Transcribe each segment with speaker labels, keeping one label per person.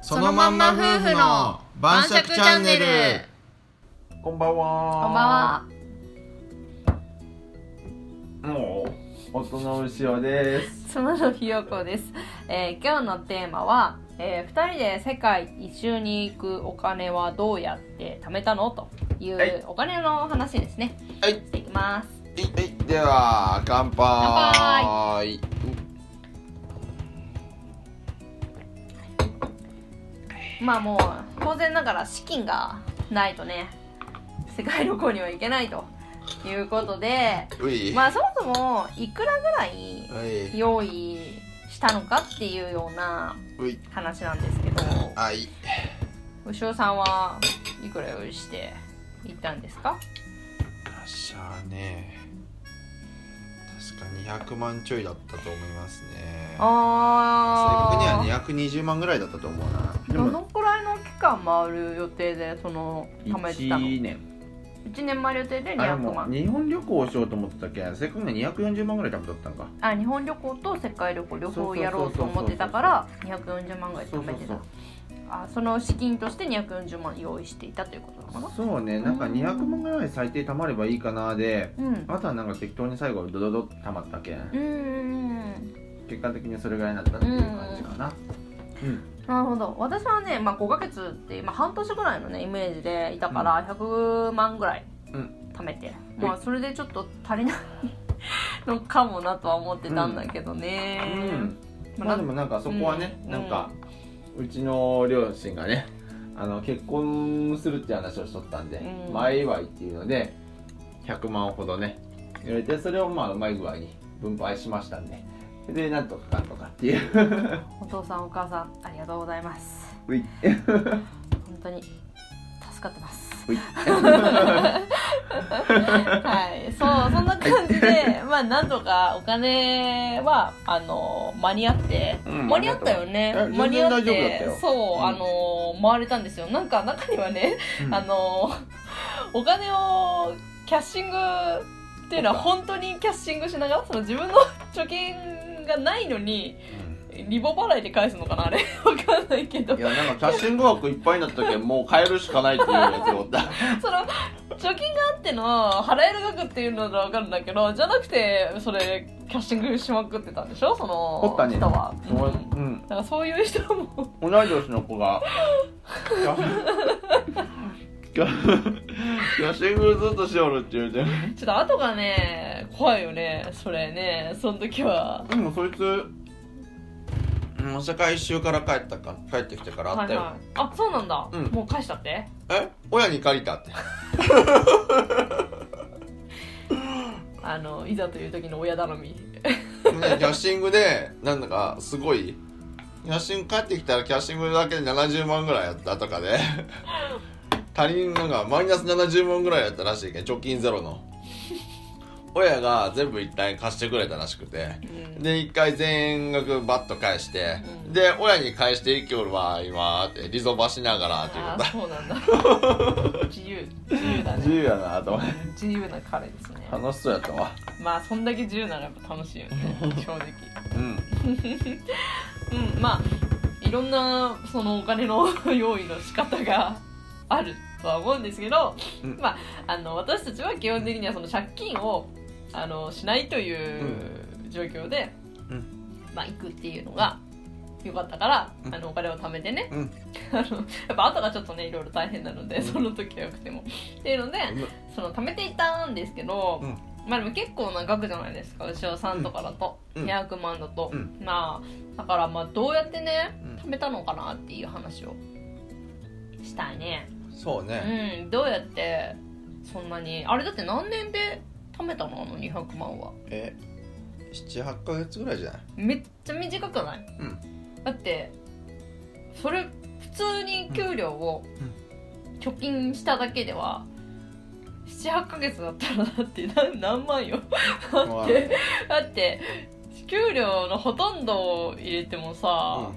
Speaker 1: そのまんま夫婦の晩酌チャンネル
Speaker 2: こんばんは。
Speaker 3: こんばんは。
Speaker 2: もう、大人の後ろです。
Speaker 3: 妻のひよこです、えー今日のテーマは、え2人で世界一周に行くお金はどうやって貯めたのとい
Speaker 2: はいう
Speaker 3: お金の話ですね
Speaker 2: はい
Speaker 3: していきます
Speaker 2: い、い、では、乾杯。
Speaker 3: まあもう当然ながら資金がないとね世界旅行には行けないということで
Speaker 2: うい。
Speaker 3: まあそもそもいくらぐらい
Speaker 2: はい。
Speaker 3: 用意したのかっていうような
Speaker 2: うい。
Speaker 3: 話なんですけど
Speaker 2: はい。
Speaker 3: 牛尾さんはいくら用意して行ったんですか
Speaker 2: 私はね。確か200万ちょいだったと思いますね。正確に
Speaker 3: ああ
Speaker 2: は220万ぐらいだったと思うな。
Speaker 4: で
Speaker 3: ど
Speaker 4: も
Speaker 3: のくらいの期間回る予定でその貯めてたの
Speaker 4: 1
Speaker 3: 1
Speaker 4: 年
Speaker 3: 年回る予定で
Speaker 4: あで
Speaker 3: 200
Speaker 4: も
Speaker 3: 万
Speaker 4: 日本旅行をしようと思ってたっけせっかくね240万ぐらい食べとったんか
Speaker 3: あ日本旅行と世界旅行両方やろうと思ってたから240万ぐらい貯めてたあその資金として240万用意していたということなのかな
Speaker 4: そうねなんか
Speaker 3: うん
Speaker 4: 200万ぐらい最低貯まればいいかなで
Speaker 3: うん
Speaker 4: あとはなんか適当に最後ドドドって貯まったけ
Speaker 3: うんんうん
Speaker 4: 結果的にそれぐらいになったっていう感じかなうん
Speaker 3: なるほど私はね、まあ、5ヶ月って、まあ、半年ぐらいのねイメージでいたから100万ぐらい
Speaker 4: うん
Speaker 3: 貯めて、
Speaker 4: はい
Speaker 3: まあそれでちょっと足りないのかもなとは思ってたんだけどね、
Speaker 4: うんまあでもなんかそこはね
Speaker 3: うん
Speaker 4: なんかうちの両親がねあの結婚するって話をしとったんで
Speaker 3: うん
Speaker 4: 前祝いっていうので100万ほどね入れてそれをまあうまい具合に分配しましたんででなんとかかんとかっていう
Speaker 3: お父さんお母さんありが とうございます
Speaker 4: うい
Speaker 3: 本当に助かって ます
Speaker 4: うい
Speaker 3: はいそうそんな感じでまあなんとかお金はあの間に合って、
Speaker 4: うん
Speaker 3: 間に合ったよね
Speaker 4: え
Speaker 3: 間に合っ
Speaker 4: 全然大丈夫だった
Speaker 3: て
Speaker 4: よ
Speaker 3: そう、
Speaker 4: うん
Speaker 3: あの回れたんですよなんか中にはね、
Speaker 4: うん
Speaker 3: あのお金をキャッシングっていうのは本当にキャッシングしながらその自分の貯金がないのにリボ払いで返すのかなあれ わかんないけど
Speaker 4: いやなんかキャッシング枠いっぱいになったけんもう変えるしかないっていうやつをおった
Speaker 3: その貯金があっての払える額っていうのなら分かるんだけどじゃなくてそれキャッシングしまくってたんでしょその
Speaker 4: おったね
Speaker 3: 人は、うん
Speaker 4: おうん、
Speaker 3: だからそういう人も
Speaker 4: 同い年の子が キャキャッシングずっとしおるって言うて
Speaker 3: ちょっと後がね怖いよねそれねその時は
Speaker 4: でもそいつ
Speaker 2: もう世界一周から帰ったか、帰ってきてからあったよ。
Speaker 3: はいはい、あそうなんだ、
Speaker 2: うん
Speaker 3: もう返したって
Speaker 2: え親に借りたって。
Speaker 3: あのいざという時の親頼み
Speaker 2: ね、キャッシングで、なんだか、すごい。キャッシング、帰ってきたらキャッシングだけで70万ぐらいやったとかで。他人なんか、マイナス70万ぐらいやったらしいけど、貯金ゼロの。親が全部一旦貸してくれたらしくて。
Speaker 3: うん
Speaker 2: で、一回全額バッと返して、
Speaker 3: うん
Speaker 2: で、親に返していきおるわ、今、って、リゾバしながら、っていう
Speaker 3: あ
Speaker 2: こと
Speaker 3: ーそうなんだ 自由自由だ
Speaker 4: 自
Speaker 3: ね
Speaker 4: 由やなと思って
Speaker 3: 自由な彼ですね
Speaker 4: 楽しそうやったわ
Speaker 3: まあそんだけ自由ならやっぱ楽しいよ ね正直
Speaker 4: うん
Speaker 3: うんまあいろんなそのお金の用意の仕方があるとは思うんですけど、
Speaker 4: うん
Speaker 3: まああの私たちは基本的にはその借金をあのしないという状況で、
Speaker 4: うん
Speaker 3: まあ行くっていうのが良かったから、
Speaker 2: うん
Speaker 3: あのお金を貯めてね、
Speaker 2: うん
Speaker 3: あのやっぱ後がちょっとねいろいろ大変なので、
Speaker 2: うん
Speaker 3: その時はよくてもっていうので
Speaker 2: うん
Speaker 3: その貯めていたんですけど、
Speaker 2: うん
Speaker 3: まあでも結構な額じゃないですか牛尾さんとかだと、
Speaker 2: うん
Speaker 3: 200万だと、
Speaker 2: うん
Speaker 3: まあだからまあどうやってね
Speaker 2: うん
Speaker 3: 貯めたのかなっていう話をしたいね
Speaker 2: そうね。
Speaker 3: うんどうやってそんなにあれだって何年で貯めたのあの200万は
Speaker 2: え78ヶ月ぐらいじゃない
Speaker 3: めっちゃ短くない、
Speaker 2: うん
Speaker 3: だってそれ普通に給料を貯金しただけでは78ヶ月だったらだって 何何万よだ
Speaker 2: まあ
Speaker 3: ってだって給料のほとんどを入れてもさ、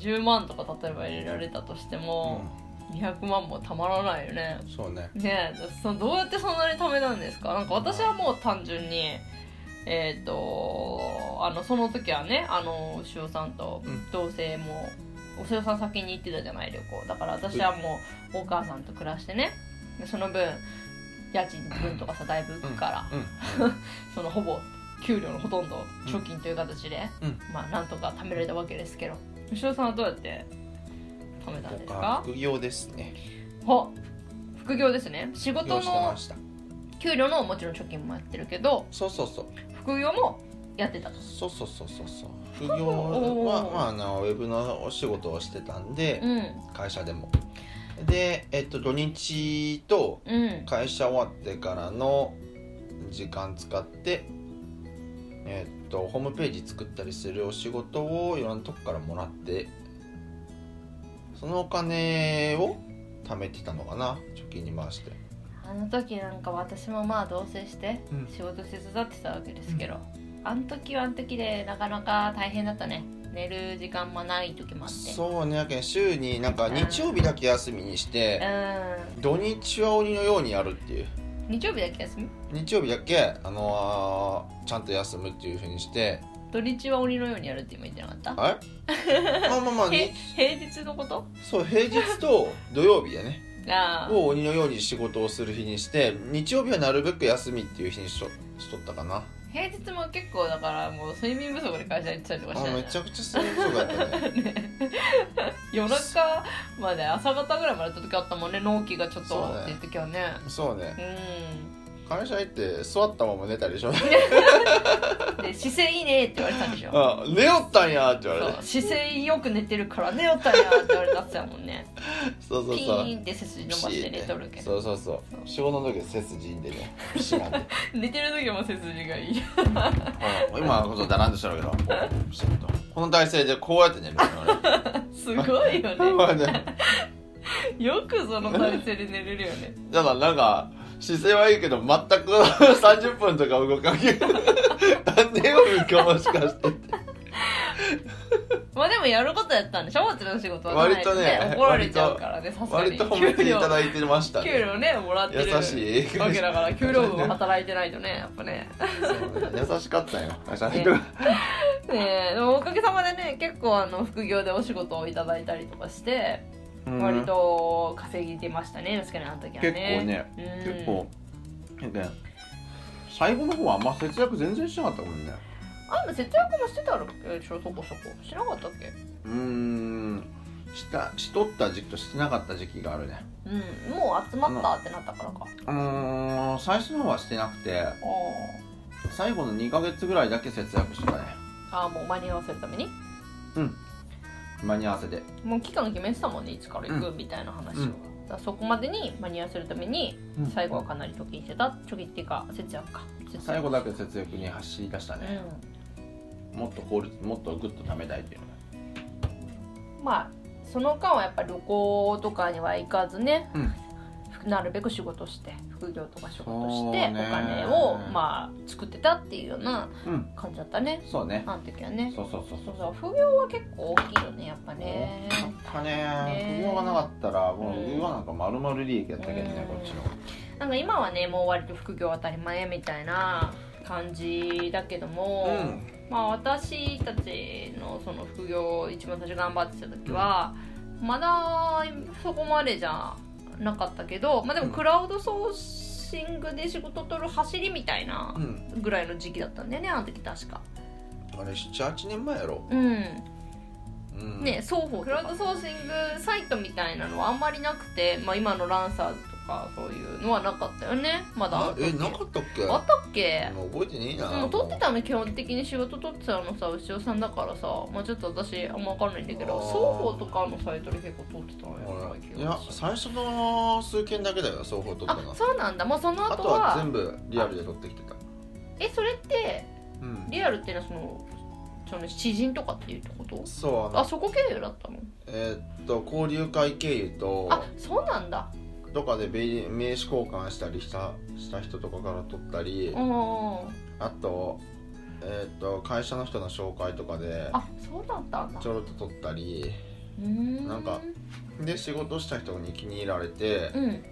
Speaker 3: 20万とか例えば入れられたとしても、200万もたまらないよね
Speaker 2: うん、そうね
Speaker 3: ねえそのどうやってそんなに貯めたんですかなんか私はもう単純にえっ、とあのその時はねあの牛尾さんと
Speaker 2: うん
Speaker 3: 同棲もお世話さん先に行ってたじゃない旅行だから私はもうお母さんと暮らしてねでその分家賃分とかさだいぶ浮くから、
Speaker 2: うんうん
Speaker 3: そのほぼ給料のほとんどを貯金という形で、
Speaker 2: うん
Speaker 3: まあなんとか貯められたわけですけど牛尾さんはどうやって貯めたんです
Speaker 2: 僕
Speaker 3: か
Speaker 2: は副業ですね
Speaker 3: ほ副業ですね仕
Speaker 2: 副
Speaker 3: 事
Speaker 2: 業して
Speaker 3: の
Speaker 2: ました
Speaker 3: 給料のもちろん貯金もやってるけど
Speaker 2: そうそうそう
Speaker 3: 副業もやってたと
Speaker 2: そうそうそうそうそう副業は、まあ、あのウェブのお仕事をしてたんで、
Speaker 3: うん
Speaker 2: 会社でもで、えっと、土日と
Speaker 3: うん
Speaker 2: 会社終わってからの時間使ってえっとホームページ作ったりするお仕事をいろんなとこからもらってそのお金を貯めてたのかな貯金に回して
Speaker 3: あの時なんか私もまあ同棲して
Speaker 2: うん
Speaker 3: 仕事手伝ってたわけですけど、あの時はあの時でなかなか大変だったね寝る時間もない時もあって
Speaker 2: そうねやけん週になんか日曜日だけ休みにして
Speaker 3: う
Speaker 2: 土日は鬼のようにやるっていうん
Speaker 3: 日曜日だけ休み
Speaker 2: 日曜日だけ、あのーちゃんと休むっていうふうにして
Speaker 3: 土日は鬼のようにやるって今言ってなかった
Speaker 2: あれまあまあまあ、
Speaker 3: へ
Speaker 2: ね、
Speaker 3: 平日のこと
Speaker 2: そう平日と土曜日やね
Speaker 3: ああ
Speaker 2: を鬼のように仕事をする日にして日曜日はなるべく休みっていう日にしとしとったかな
Speaker 3: 平日も結構だからもう睡眠不足で会社行ってたりとか
Speaker 2: あ
Speaker 3: してた
Speaker 2: め
Speaker 3: じ
Speaker 2: ち
Speaker 3: ゃ
Speaker 2: ゃくちゃ睡眠不足だった ね
Speaker 3: んね夜中まで朝方ぐらいまでやった時あったもんね納期がちょっ
Speaker 2: そ
Speaker 3: と
Speaker 2: うね
Speaker 3: っていう時はね
Speaker 2: そうね
Speaker 3: う
Speaker 2: 会社行って座ったまま寝たでしょ
Speaker 3: んで姿勢いいねって言われたんでしょ
Speaker 2: あ寝よったんやって言われ
Speaker 3: そ
Speaker 2: て
Speaker 3: う姿勢よく寝てるから寝よったんやって言われたっすやもんね
Speaker 2: そうそう
Speaker 3: ピ
Speaker 2: そう
Speaker 3: ーンって背筋伸ばして寝とる
Speaker 2: ピシー
Speaker 3: け
Speaker 2: って
Speaker 3: ど
Speaker 2: そうそうそう仕事の時は背筋んでねピシなんで
Speaker 3: 寝てる時も背筋が いい
Speaker 2: うん 今こそだらんとしてるけどピシッとこの体勢でこうやって寝るから
Speaker 3: すごいよ ね
Speaker 2: 俺ね
Speaker 3: よくその体勢で寝れるよね
Speaker 2: だからなんか姿勢はいいけど全く 30分とか動かんけ ど何年を見かもしかして
Speaker 3: まあでもやることやったんでしょもちろん仕事は
Speaker 2: 割とね
Speaker 3: ないと怒られちゃうからねさすが
Speaker 2: 割
Speaker 3: に
Speaker 2: と褒めていただ
Speaker 3: い
Speaker 2: いてました
Speaker 3: 給
Speaker 2: ね
Speaker 3: 料ねもらってる
Speaker 2: 優しい
Speaker 3: わけだから給料分も働いてないとねやっぱね
Speaker 2: そうね優しかったよ優しかった
Speaker 3: ねねえでもおかげさまでね結構あの副業でお仕事をいただいたりとかして
Speaker 4: うん
Speaker 3: 割と稼ぎてましたね、確かにあの時はね
Speaker 4: 結構ね、結構
Speaker 3: うん
Speaker 4: なんかね最後の方はあんま節約全然しなかったもんね
Speaker 3: あんな節約もしてたろでしょそこそこしなかったっけ
Speaker 4: うーんしたしとった時期としてなかった時期があるね
Speaker 3: うんもう集まったってなったからか、
Speaker 4: うーん最初の方はしてなくて最後の2ヶ月ぐらいだけ節約してたね
Speaker 3: あああもう間に合わせるために
Speaker 4: 間に合わせて
Speaker 3: もう期間決めてたもんねいつから行くみたいな話を、
Speaker 4: うん
Speaker 3: だからそこまでに間に合わせるために
Speaker 4: うん
Speaker 3: 最後はかなり貯金してた貯金っていうか節約か節約
Speaker 4: 最後だけ節約に走り出した
Speaker 3: う
Speaker 4: ね、
Speaker 3: ん
Speaker 4: もっと効率もっとグッと貯めたいっていうのが
Speaker 3: まあその間はやっぱ旅行とかには行かずね、
Speaker 4: うん
Speaker 3: なるべく仕事して副業とか仕事
Speaker 4: そう
Speaker 3: してお
Speaker 4: ね
Speaker 3: 金をまあ作ってたっていうような
Speaker 4: うん
Speaker 3: 感じだったね
Speaker 4: そうね
Speaker 3: あの時はね
Speaker 4: そうそうそうそ
Speaker 3: そううそう副業は結構大きいよねやっぱね
Speaker 4: 大きかったね
Speaker 3: ね
Speaker 4: 不業がなかったらも
Speaker 3: うん
Speaker 4: う不業はなんか丸々利益やったけどね
Speaker 3: うん
Speaker 4: こっちの
Speaker 3: なんか今はねもう割と副業当たり前みたいな感じだけども、まあ私たちのその副業を一番最初頑張ってた時は、まだそこまでじゃなかったけどまあでもクラウドソーシングで仕事取る走りみたいな
Speaker 2: うん、うん、
Speaker 3: ぐらいの時期だったんだよねあの時確か
Speaker 2: あれ78年前やろ、
Speaker 3: うん
Speaker 2: うん、
Speaker 3: ね、双方クラウドソーシングサイトみたいなのはあんまりなくて、まあ、今のランサーズとかそういうのはなかったよねまだあ
Speaker 2: あ
Speaker 3: ったっ
Speaker 2: え
Speaker 3: け
Speaker 2: なかったっけ
Speaker 3: あったっけ
Speaker 2: もう覚えてねえな
Speaker 3: でも取ってたの基本的に仕事取ってたのさ牛尾さんだからさ、まあ、ちょっと私あんま分かんないんだけど
Speaker 2: あー
Speaker 3: 双方とかのサイトで結構取ってたのよ
Speaker 2: 俺いや最初の数件だけだよ双方取った
Speaker 3: あ
Speaker 2: の
Speaker 3: そうなんだもうその
Speaker 2: あ
Speaker 3: 後
Speaker 2: と
Speaker 3: は
Speaker 2: は全部リアルで取ってきてた
Speaker 3: えそれって
Speaker 2: うん
Speaker 3: リアルっていうのはそのその知人とかっていうってこと
Speaker 2: そうあの
Speaker 3: あそこ経由だったの
Speaker 2: えーっと交流会経由と
Speaker 3: あそうなんだ
Speaker 2: どっかで名刺名刺交換したりしたした人とかから取ったり、
Speaker 3: うんうんうん
Speaker 2: あと,、えー、と会社の人の紹介とかで
Speaker 3: あそうだったんだ
Speaker 2: ちょろっと取ったり
Speaker 3: うーん
Speaker 2: なんかで仕事した人に気に入られて
Speaker 3: うん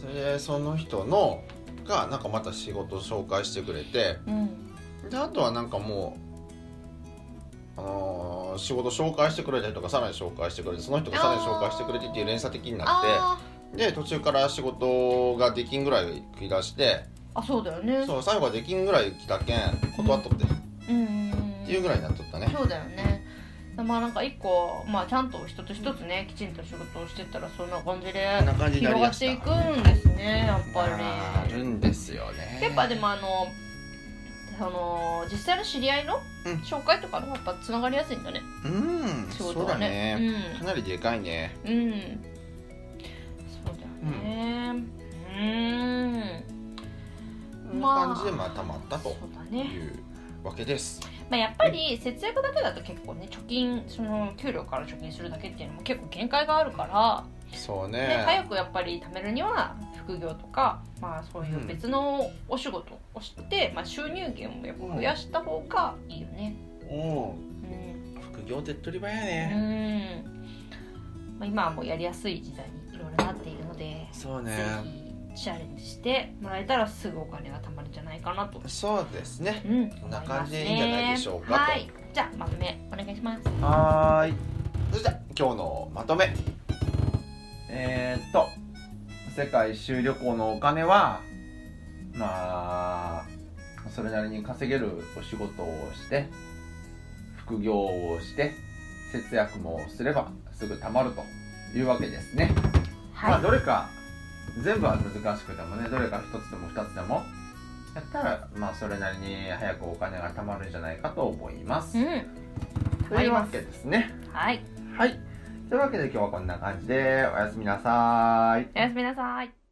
Speaker 2: それでその人のがなんかまた仕事紹介してくれて
Speaker 3: うん
Speaker 2: であとはなんかもう、あのーの仕事紹介してくれた人がさらに紹介してくれてその人がさらに紹介してくれてっていう連鎖的になっ
Speaker 3: あ
Speaker 2: てで途中から仕事ができんぐらい来だして
Speaker 3: ーあそうだよね
Speaker 2: そう最後はできんぐらい来たけん断っとってっ
Speaker 3: うんうん
Speaker 2: ていうぐらいになっとったね
Speaker 3: そうだよねまあなんか一個、まあ、ちゃんと一つ一つねきちんと仕事をしてったらそんな感じで
Speaker 2: こんな感じになり
Speaker 3: 広が
Speaker 2: や
Speaker 3: っ
Speaker 2: して
Speaker 3: いく
Speaker 2: た
Speaker 3: んですねやっぱ
Speaker 2: な
Speaker 3: り
Speaker 2: るんですよね
Speaker 3: やっぱでもあのその実際の知り合いの
Speaker 2: うん
Speaker 3: 紹介とかの方がやっぱつながりやすいんだね
Speaker 2: うん
Speaker 3: 仕
Speaker 2: そ
Speaker 3: 事
Speaker 2: うだ
Speaker 3: は
Speaker 2: ね
Speaker 3: ね
Speaker 2: かなりでかいね
Speaker 3: うん、うん、そうだよねうん
Speaker 2: こんな感じでまたまったと
Speaker 3: そうだね
Speaker 2: いうわけです
Speaker 3: まあ、やっぱり節約だけだと結構ね貯金その給料から貯金するだけっていうのも結構限界があるか
Speaker 2: そう
Speaker 3: ら、ね、早
Speaker 2: ね
Speaker 3: くやっぱり貯めるには副業とか、まあ、そういう別のお仕事をして、まあ、収入源をやっぱ増やした方がいいよね。
Speaker 2: う
Speaker 3: う
Speaker 2: んん副業手っ取り早いうね
Speaker 3: んまあ、今はもうやりやすい時代にいろいろなっているので、
Speaker 2: そう
Speaker 3: ぜひチャレンジしてもらえたらすぐお金が貯まるんじゃないかなと。
Speaker 2: そうですね
Speaker 3: うん、
Speaker 2: こんな感じでいいんじゃないでしょうかと
Speaker 3: はい、じゃあまとめお願いします。
Speaker 4: はーい
Speaker 2: それじゃあ今日のまとめ
Speaker 4: えー、っと世界一周旅行のお金はまあそれなりに稼げるお仕事をして副業をして節約もすればすぐ貯まるというわけですね、まあどれか全部は難しくてもねどれか一つでも二つでもやったらまあそれなりに早くお金が貯まるんじゃないかと思います、
Speaker 3: うん、
Speaker 4: というわけですね
Speaker 3: はい、
Speaker 4: はいというわけで今日はこんな感じでおやすみなさーい
Speaker 3: おやすみなさい。